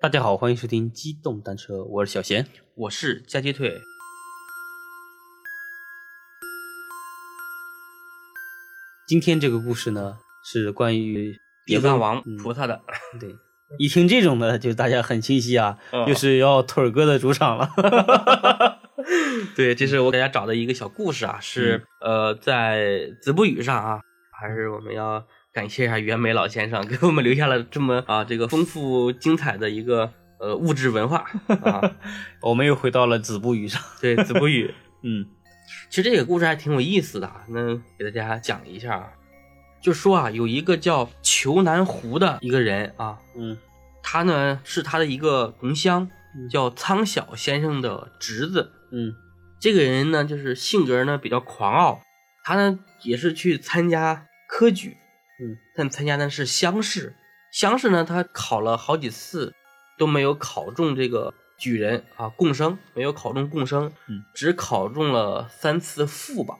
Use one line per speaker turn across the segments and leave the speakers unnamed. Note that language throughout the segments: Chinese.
大家好，欢迎收听《机动单车》，我是小贤。
我是加鸡腿。
今天这个故事呢，是关于
比萨王
嗯
菩萨的，
对，一听这种呢，就大家很清晰啊，
嗯
又是要腿儿哥的主场了。
对，这是我给大家找的一个小故事啊，是、呃，在子不语上啊，还是我们要感谢一下袁枚老先生，给我们留下了这么啊这个丰富精彩的一个呃物质文化啊。
我们又回到了子不语上。
对，子不语，
嗯
其实这个故事还挺有意思的啊，那给大家讲一下啊，就说啊，有一个叫裘南湖的一个人啊，
嗯
他呢是他的一个同乡，叫苍晓先生的侄子。
嗯
这个人呢，就是性格呢比较狂傲，他呢也是去参加科举，
嗯，
但参加的是乡试，乡试呢他考了好几次都没有考中这个举人啊，贡生没有考中贡生，
嗯，
只考中了三次副榜，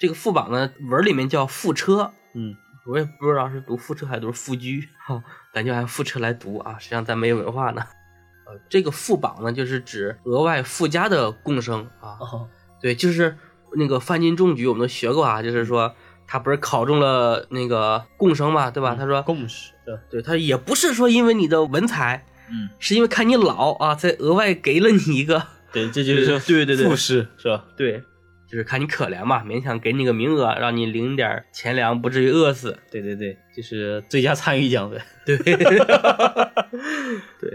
这个副榜呢文儿里面叫副车，
嗯，
我也不知道是读副车还是读副车，哈、咱就按副车来读啊，实际上咱没有文化呢。呃，这个副榜呢，就是指额外附加的贡生啊。
哦，
对，就是那个范进中举，我们都学过啊，就是说他不是考中了那个贡生嘛，对吧？他说，
嗯共识，对，
对他也不是说因为你的文采，
嗯，
是因为看你老啊，才额外给了你一个，
对，这就是
对对对
复试是吧？
对， 就是看你可怜嘛，勉强给你个名额，让你领点钱粮，不至于饿死。
对对对，就是最佳参与奖呗，
对，对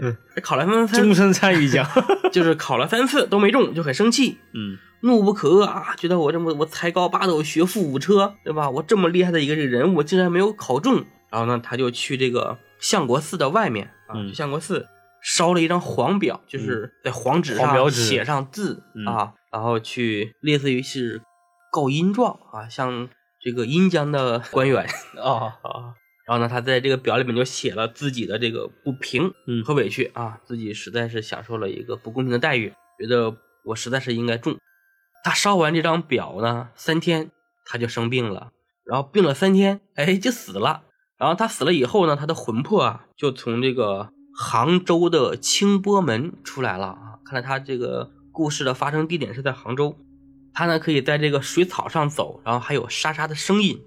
嗯，
考了三
终
三，
身参 与奖。
就是考了三次都没中，就很生气，
嗯
怒不可遏啊！觉得我这么我才高八斗，学富五车，对吧？我这么厉害的一个人，我竟然没有考中。然后呢，他就去这个相国寺的外面啊，
嗯
去相国寺烧了一张黄表，就是在黄纸
黄表
上
纸
写上字、
嗯
啊，然后去类似于是告阴状啊，向这个阴江的官员。
哦，
啊。然后呢，他在这个表里面就写了自己的这个不平
嗯
和委屈啊，自己实在是享受了一个不公平的待遇，觉得我实在是应该中。他烧完这张表呢，三天他就生病了，然后病了三天，哎，就死了。然后他死了以后呢，他的魂魄啊，就从这个杭州的清波门出来了啊。看来他这个故事的发生地点是在杭州，他呢可以在这个水草上走，然后还有沙沙的声音。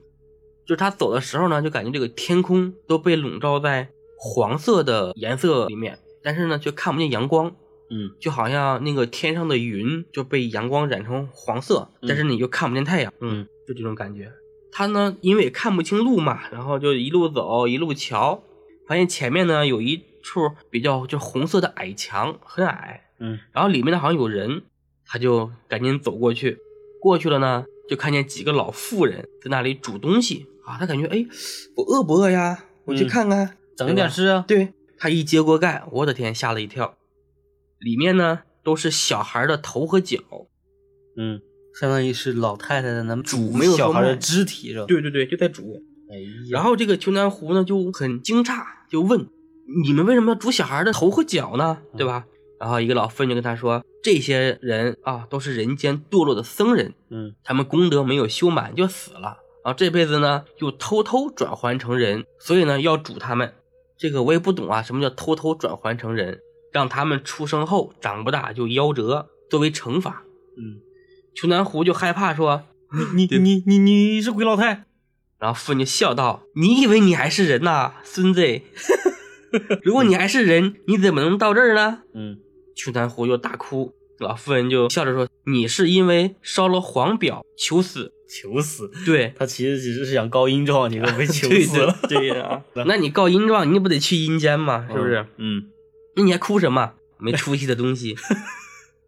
就是他走的时候呢，就感觉这个天空都被笼罩在黄色的颜色里面，但是呢却看不见阳光，
嗯
就好像那个天上的云就被阳光染成黄色，
嗯
但是你又看不见太阳，
嗯，
就这种感觉。他呢，因为也看不清路嘛，然后就一路走一路瞧，发现前面呢有一处比较就红色的矮墙，很矮，
嗯
然后里面呢好像有人，他就赶紧走过去。过去了呢，就看见几个老妇人在那里煮东西啊。他感觉哎，我饿不饿呀？我去
嗯
看看。
整点吃啊。
对他一揭锅盖，我的天，吓了一跳。里面呢都是小孩的头和脚。
嗯，相当于是老太太的那
煮没有
小孩的
说卖
肢体是吧？，
对对对，就在煮。
哎呀，
然后这个裘南湖呢就很惊诧，就问：“你们为什么要煮小孩的头和脚呢？对吧？”然后一个老妇人就跟他说：“这些人啊，都是人间堕落的僧人，
嗯
他们功德没有修满就死了，然后这辈子呢又偷偷转还成人，所以呢要煮他们。这个我也不懂啊，什么叫偷偷转还成人？让他们出生后长不大就夭折，作为惩罚。
嗯，
裘南湖就害怕说，
你
对
你你你是鬼老太？
然后妇人就笑道：“你以为你还是人呐、孙子？ 如果你还是人，你怎么能到这儿呢？”
嗯
去南湖又大哭。老妇人就笑着说：“你是因为烧了黄表求死，
求死！
对，
他其实只是想告阴状，结果被求
对
死了。
对对 呀、那你告阴状，你不得去阴间吗？是不是？
嗯？
那你还哭什么？没出息的东 西。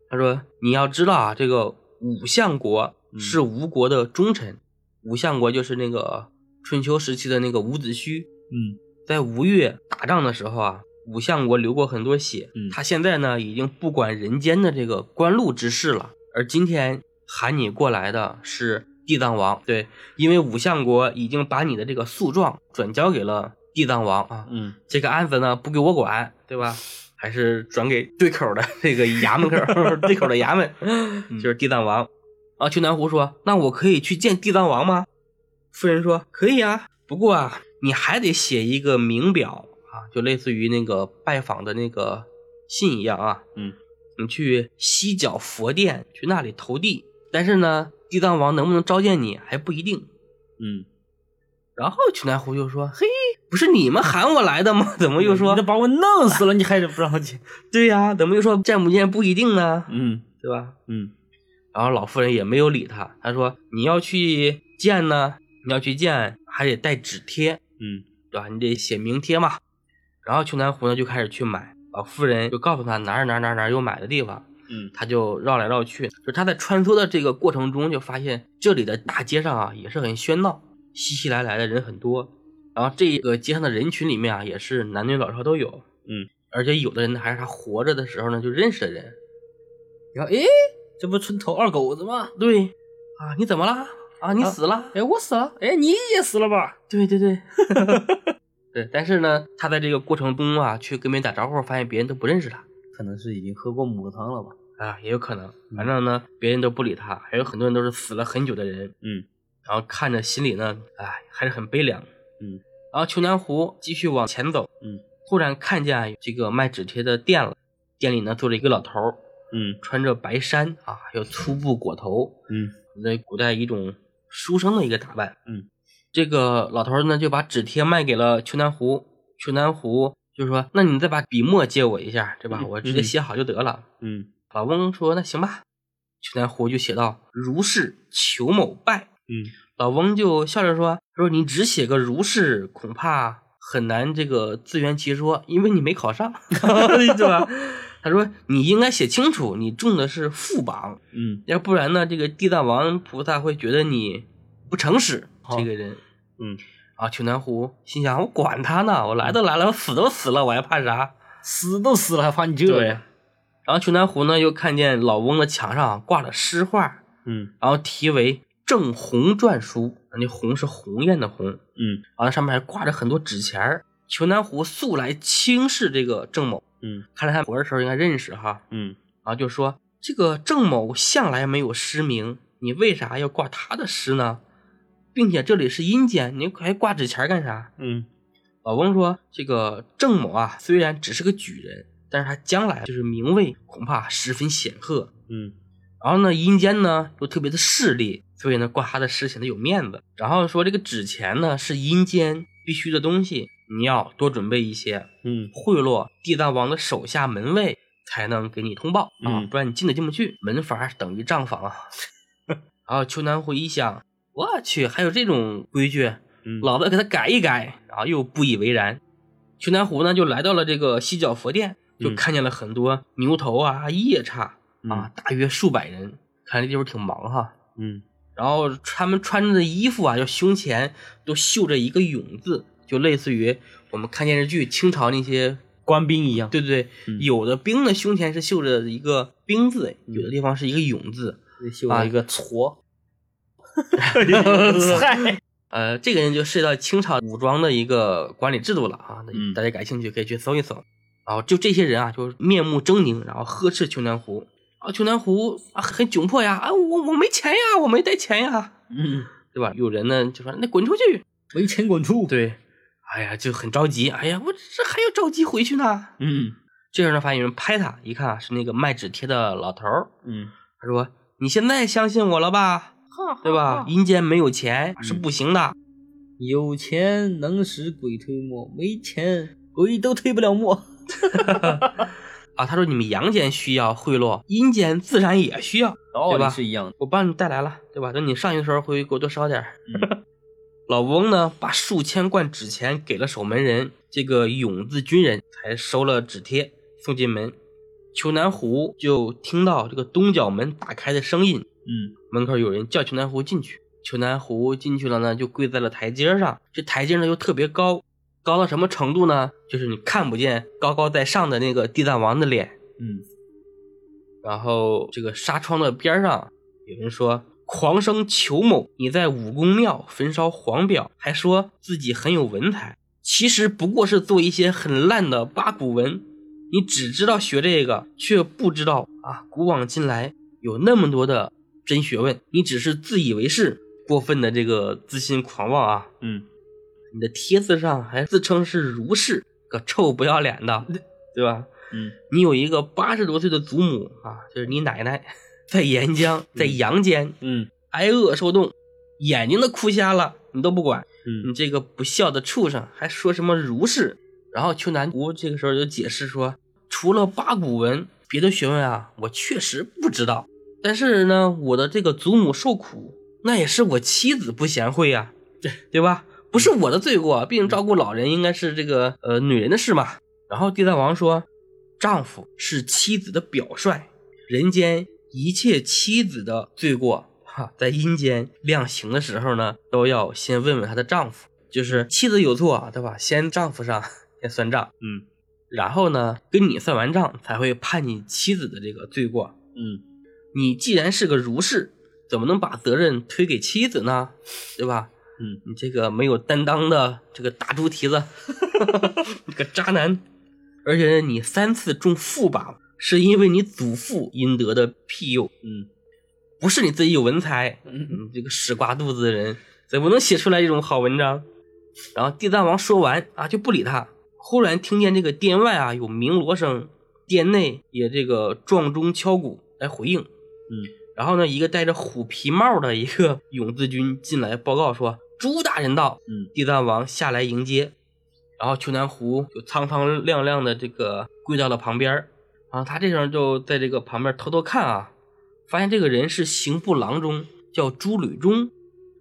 他说：“你要知道啊，这个武相国
嗯
是吴国的忠臣，武相国就是那个春秋时期的那个伍子胥，
嗯
在吴越打仗的时候啊，武相国流过很多血。
嗯
他现在呢，已经不管人间的这个官禄之事了。而今天喊你过来的是地藏王，对，因为武相国已经把你的这个诉状转交给了地藏王啊。
嗯
这个案子呢，不归我管，对吧？还是转给对口的这个衙门口， 对口的衙门，就是地藏王。啊，去南湖说：“那我可以去见地藏王吗？”夫人说：“可以啊，不过啊，你还得写一个名表啊，就类似于那个拜访的那个信一样啊，
嗯，
你去西角佛殿去那里投递，但是呢，地藏王能不能召见你还不一定。
嗯，
然后曲南湖就说：“嘿，不是你们喊我来的吗？怎 么又
你
说
都把我弄死了，你还是不让进？
对呀、怎么又说见不见不一定呢？
嗯
对吧？”
嗯
然后老妇人也没有理他，她说：“你要去见呢，你要去见还得带纸贴，
嗯
对吧？你得写名贴嘛。”然后穷南湖呢就开始去买，老妇人就告诉他哪儿哪儿哪儿哪儿有买的地方，
嗯
他就绕来绕去。就他在穿梭的这个过程中，就发现这里的大街上啊也是很喧闹，熙熙来来的人很多。然后这个街上的人群里面啊，也是男女老少都有，
嗯，
而且有的人呢还是他活着的时候呢就认识的人，
然后，哎，这不村头二狗子吗？
对啊，你怎么啦？啊，你
啊
死了？
哎，我死了，哎，你也死了吧？
对对对， 对。但是呢，他在这个过程中啊，去跟别人打招呼，发现别人都不认识他
可能是已经喝过母汤了吧？
啊，也有可能。
嗯
反正呢，别人都不理他，还有很多人都是死了很久的人，
嗯，
然后看着心里呢，哎，还是很悲凉，
嗯。
然后琼南湖继续往前走，
嗯，
突然看见啊有这个卖纸贴的店了，店里呢坐着一个老头儿，
嗯
穿着白衫啊，还有粗布裹头，
嗯
那古代一种书生的一个打扮。
嗯，
这个老头儿呢就把纸贴卖给了邱南湖，邱南湖就说：“那你再把笔墨借我一下，对吧？
嗯
我直接写好就得了。
嗯
老翁说：“那行吧。”邱南湖就写到：“如是求某拜。”
嗯
老翁就笑着说：“他说你只写个如是，恐怕很难这个自圆其说，因为你没考上， 对吧？”他说：“你应该写清楚，你中的是副榜，
嗯
要不然呢，这个地藏王菩萨会觉得你不诚实，
好
这个人。
嗯
啊，曲南湖心想：我管他呢，我来都来了，我死都死了，我还怕啥？
死都死了，还怕你这个？
然后曲南湖呢，又看见老翁的墙上挂了诗画，
嗯
然后题为《正红篆书》，那红是鸿雁的红，
嗯
然后上面还挂着很多纸钱儿。裘南湖素来轻视这个郑某，
嗯
看来他活的时候应该认识哈，
嗯
然后就说这个郑某向来没有诗名，你为啥要挂他的诗呢？并且这里是阴间，你还挂纸钱儿干啥？
嗯
老翁说这个郑某啊，虽然只是个举人，但是他将来就是名位恐怕十分显赫，
嗯
然后呢，阴间呢又特别的势利，所以呢挂他的诗显得有面子。然后说这个纸钱呢是阴间必须的东西，你要多准备一些，
嗯
贿赂地藏王的手下门卫才能给你通报啊，
嗯
不然你进都进不去。门阀等于账房啊。 然后秋南湖一想，我去，还有这种规矩，
嗯
老子给他改一改。然后又不以为然。秋南湖呢就来到了这个西角佛殿，就
嗯
看见了很多牛头啊、夜叉。啊
啊，
大约数百人，看来这地方挺忙哈。
嗯
然后他们穿着的衣服啊，就胸前都绣着一个“勇”字，就类似于我们看电视剧清朝那些，
官兵一样，
对不对？
嗯
有的兵的胸前是绣着一个“兵”字，
嗯
有的地方是一个“勇”字。
绣
啊
了一个矬，菜，
呃，这个人就涉及到清朝武装的一个管理制度了啊。那
嗯
大家感兴趣可以去搜一搜。然后就这些人啊，就是面目狰狞，然后呵斥穷南湖啊，穷南湖啊很窘迫呀，啊我我没钱呀，我没带钱呀。
嗯，
对吧？有人呢就说那滚出去，
没钱滚出，
对，哎呀就很着急，哎呀我这还要着急回去呢。
嗯
这时候呢发现有人拍他，一看啊是那个卖纸贴的老头儿，
嗯
他说你现在相信我了吧，对吧？阴间没有钱是不行的，
嗯有钱能使鬼推磨，没钱鬼都推不了磨。
啊，他说你们阳间需要贿赂，阴间自然也需要，对吧？
是一样的，
我帮你带来了，对吧？等你上去的时候回去给我多烧点儿。 老翁呢，把数千贯纸钱给了守门人这个勇字军人，才收了纸贴送进门。裘南湖就听到这个东角门打开的声音，
嗯
门口有人叫裘南湖进去。裘南湖进去了呢，就跪在了台阶上。这台阶呢又特别高，高到什么程度呢？就是你看不见高高在上的那个地藏王的脸，
嗯
然后这个纱窗的边上有人说：“狂生裘某，你在武功庙焚烧黄表，还说自己很有文采，其实不过是做一些很烂的八股文。你只知道学这个，却不知道啊，古往今来有那么多的真学问，你只是自以为是，过分的这个自信狂妄啊！
嗯
你的帖子上还自称是儒士，个臭不要脸的，对吧？
嗯，
你有一个八十多岁的祖母啊，就是你奶奶，在沿江，在阳间
嗯
挨饿受冻，眼睛都哭瞎了，你都不管，你
嗯
这个不孝的畜生，还说什么儒士？然后丘南吾这个时候就解释说，除了八股文，别的学问啊，我确实不知道。但是呢，我的这个祖母受苦，那也是我妻子不贤惠呀、对吧？不是我的罪过，毕竟照顾老人应该是这个呃女人的事嘛。然后地藏王说，丈夫是妻子的表率，人间一切妻子的罪过，哈，在阴间量刑的时候呢，都要先问问她的丈夫，就是妻子有错，对吧？先丈夫上 先算账，
嗯
然后呢，跟你算完账才会判你妻子的这个罪过。
嗯
你既然是个儒士，怎么能把责任推给妻子呢？对吧？
嗯，
你这个没有担当的这个大猪蹄子， 你个渣男！而且你三次中副榜，是因为你祖父阴德的庇佑，
嗯
不是你自己有文采。
嗯
你这个屎瓜肚子的人，怎么能写出来这种好文章？然后地藏王说完啊，就不理他。忽然听见这个殿外啊有鸣锣声，殿内也这个撞钟敲鼓来回应。
嗯，
然后呢，一个戴着虎皮帽的一个永字军进来报告说：“朱大人到。”
嗯，
地藏王下来迎接，然后丘南湖就苍苍亮亮的这个跪到了旁边儿然啊后他这时候就在这个旁边偷偷看啊，发现这个人是刑部郎中，叫朱履忠，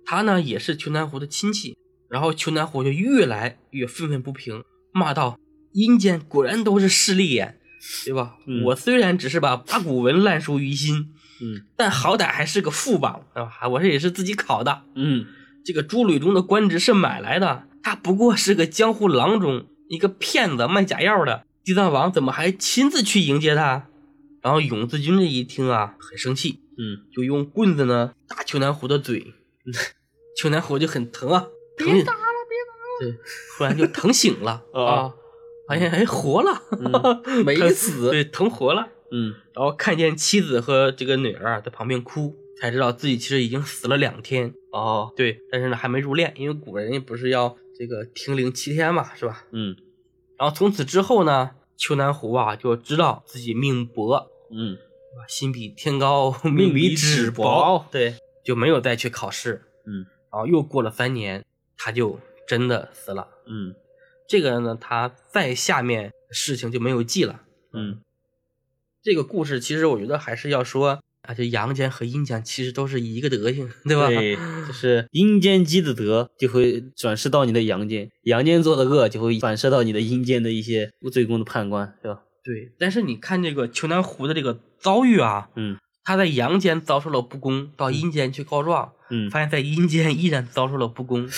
他呢也是穷南湖的亲戚。然后穷南湖就越来越愤愤不平，骂道：“阴间果然都是势利眼，对吧？
嗯
我虽然只是把八股文烂熟于心，
嗯
但好歹还是个副榜啊，我这也是自己考的。
嗯
这个朱履忠的官职是买来的，他不过是个江湖郎中，一个骗子卖假药的。地藏王怎么还亲自去迎接他？然后永字军这一听啊，很生气，
嗯，
就用棍子呢打邱南湖的嘴， 邱南湖就很疼啊，疼
别
也
打了，别
对，突然就疼醒了
啊
啊，发现哎活了，
没
疼
死
对，疼活了。
嗯
然后看见妻子和这个女儿在旁边哭，才知道自己其实已经死了两天。
哦
对，但是呢还没入殓，因为古人不是要这个停灵七天嘛，是吧？
嗯
然后从此之后呢，丘南湖啊就知道自己命薄，
嗯
心比天高，
命
比
比纸
薄
薄，
对，就没有再去考试。
嗯，
然后又过了三年，他就真的死了。
嗯
这个呢，他再下面事情就没有记了。
嗯
这个故事其实我觉得还是要说啊，这阳间和阴间其实都是一个德行，对吧？
对，就是阴间积的德就会转世到你的阳间，阳间做的恶就会反射到你的阴间的一些罪功的判官，对吧？
对但是你看这个求南湖的这个遭遇啊，
嗯
他在阳间遭受了不公，到阴间去告状，
嗯
发现在阴间依然遭受了不 公，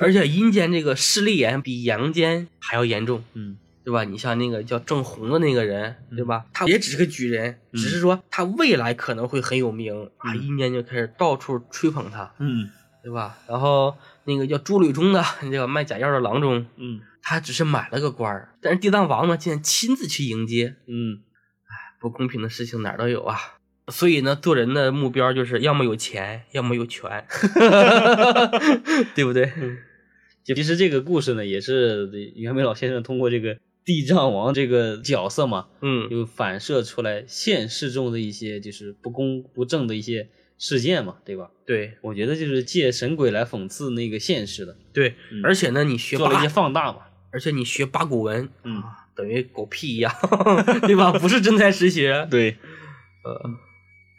而且阴间这个势利眼比阳间还要严重。
嗯
对吧？你像那个叫郑红的那个人，对吧？他也只是个举人，
嗯
只是说他未来可能会很有名、啊！
嗯
阴间就开始到处吹捧他，
嗯
对吧？然后那个叫朱履忠的，这个卖假药的郎中，
嗯
他只是买了个官儿，但是地藏王呢，竟然亲自去迎接，
嗯
不公平的事情哪儿都有啊。所以呢，做人的目标就是要么有钱，要么有权， 对不对？
就其实这个故事呢，也是袁枚老先生通过这个地藏王这个角色嘛，
嗯，
就反射出来现实中的一些就是不公不正的一些事件嘛，对吧？
对
我觉得就是借神鬼来讽刺那个现实的，
对。
嗯
而且呢，你学
做了一
八
些，放大嘛。
而且你学八股文，
嗯
啊，等于狗屁一样， 对吧？不是真才实学。
对，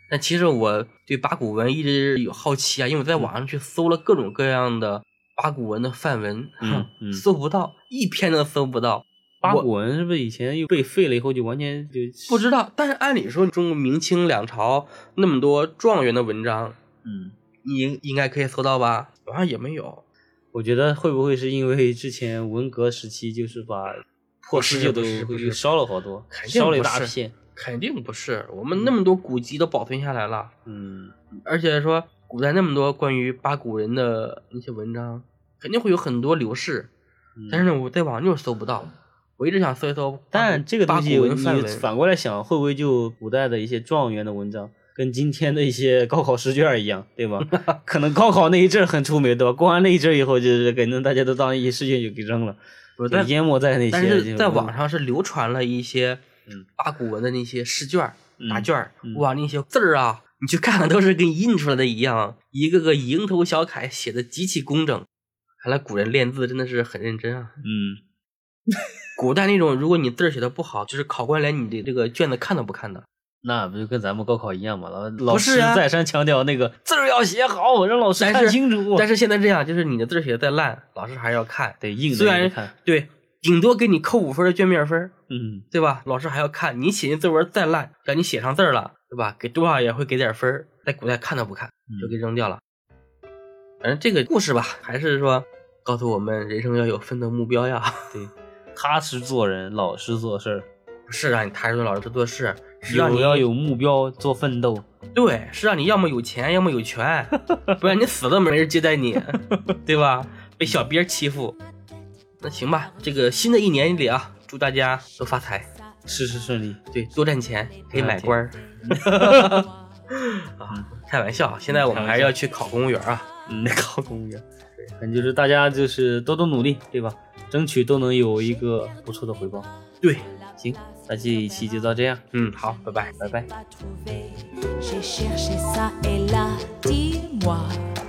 但其实我对八股文一直有好奇啊，因为
嗯
我在网上去搜了各种各样的八股文的范文，
嗯嗯
搜不到一篇都搜不到。
八股文是不是以前又被废了以后就完全就
不知道，但是按理说，中国明清两朝那么多状元的文章，
嗯？
你应应该可以搜到吧？好像也没有。
我觉得会不会是因为之前文革时期就是把破
是
四旧都
不是不是
给烧了好多，
肯定
烧了一
不
大
是
片。
肯定不是，我们那么多古籍都保存下来了，
嗯
而且说古代那么多关于八股人的那些文章，肯定会有很多流逝。
嗯
但是呢，我在网上就是搜不到，我一直想搜一搜八股。
但这个
八
东
股
西
文范
你
文，
反过来想，会不会就古代的一些状元的文章，跟今天的一些高考试卷一样， 对吧？可能高考那一阵儿很出名，对吧？过完那一阵儿以后，就是可能大家都当一试卷就给扔了。
不是
有
但
淹没在那些。
但是在网，上是流传了一些
嗯
八股文的那些试卷儿、
嗯
答卷儿
嗯，
哇，那些字儿啊，你去看看都是跟印出来的一样，一个个蝇头小楷写的极其工整。看来古人练字真的是很认真啊。
嗯，
古代那种，如果你字儿写的不好，就是考官连你的这个卷子看都不看的。
那不就跟咱们高考一样嘛？老老
是
师
啊
再三强调那个字儿要写好，让老师
但
看
是
清楚。
但是现在这样，就是你的字儿写的再烂，老师还是要看。
得硬
虽
着
然
眼看，
对，顶多给你扣五分的卷面分儿，
嗯，
对吧？老师还要看你写的作文再烂，只要你写上字儿了，对吧？给多少也会给点分儿。在古代看都不看，
嗯
就给扔掉了。反正这个故事吧，还是说告诉我们人生要有奋斗目标呀，
踏实做人，老实做事儿，
不是啊让你踏实做老实做事，是让
有
你
要有目标，做奋斗。
对，是让你要么有钱，要么有 权，不然你死了没人接待你，对吧？被小兵欺负。那行吧，这个新的一年里啊，祝大家都发财，
事事顺利，
对，多赚钱，可以买官 儿。啊，开玩笑，现在我们还是要去考公务员啊。
嗯，考公务员，反正就是大家就是多多努力，对吧？争取都能有一个不错的回报。
对，
行，那这一期就到这样，
嗯，好，拜拜，拜拜。
pas trouvé. J'ai cherché ça et là, dis-moi.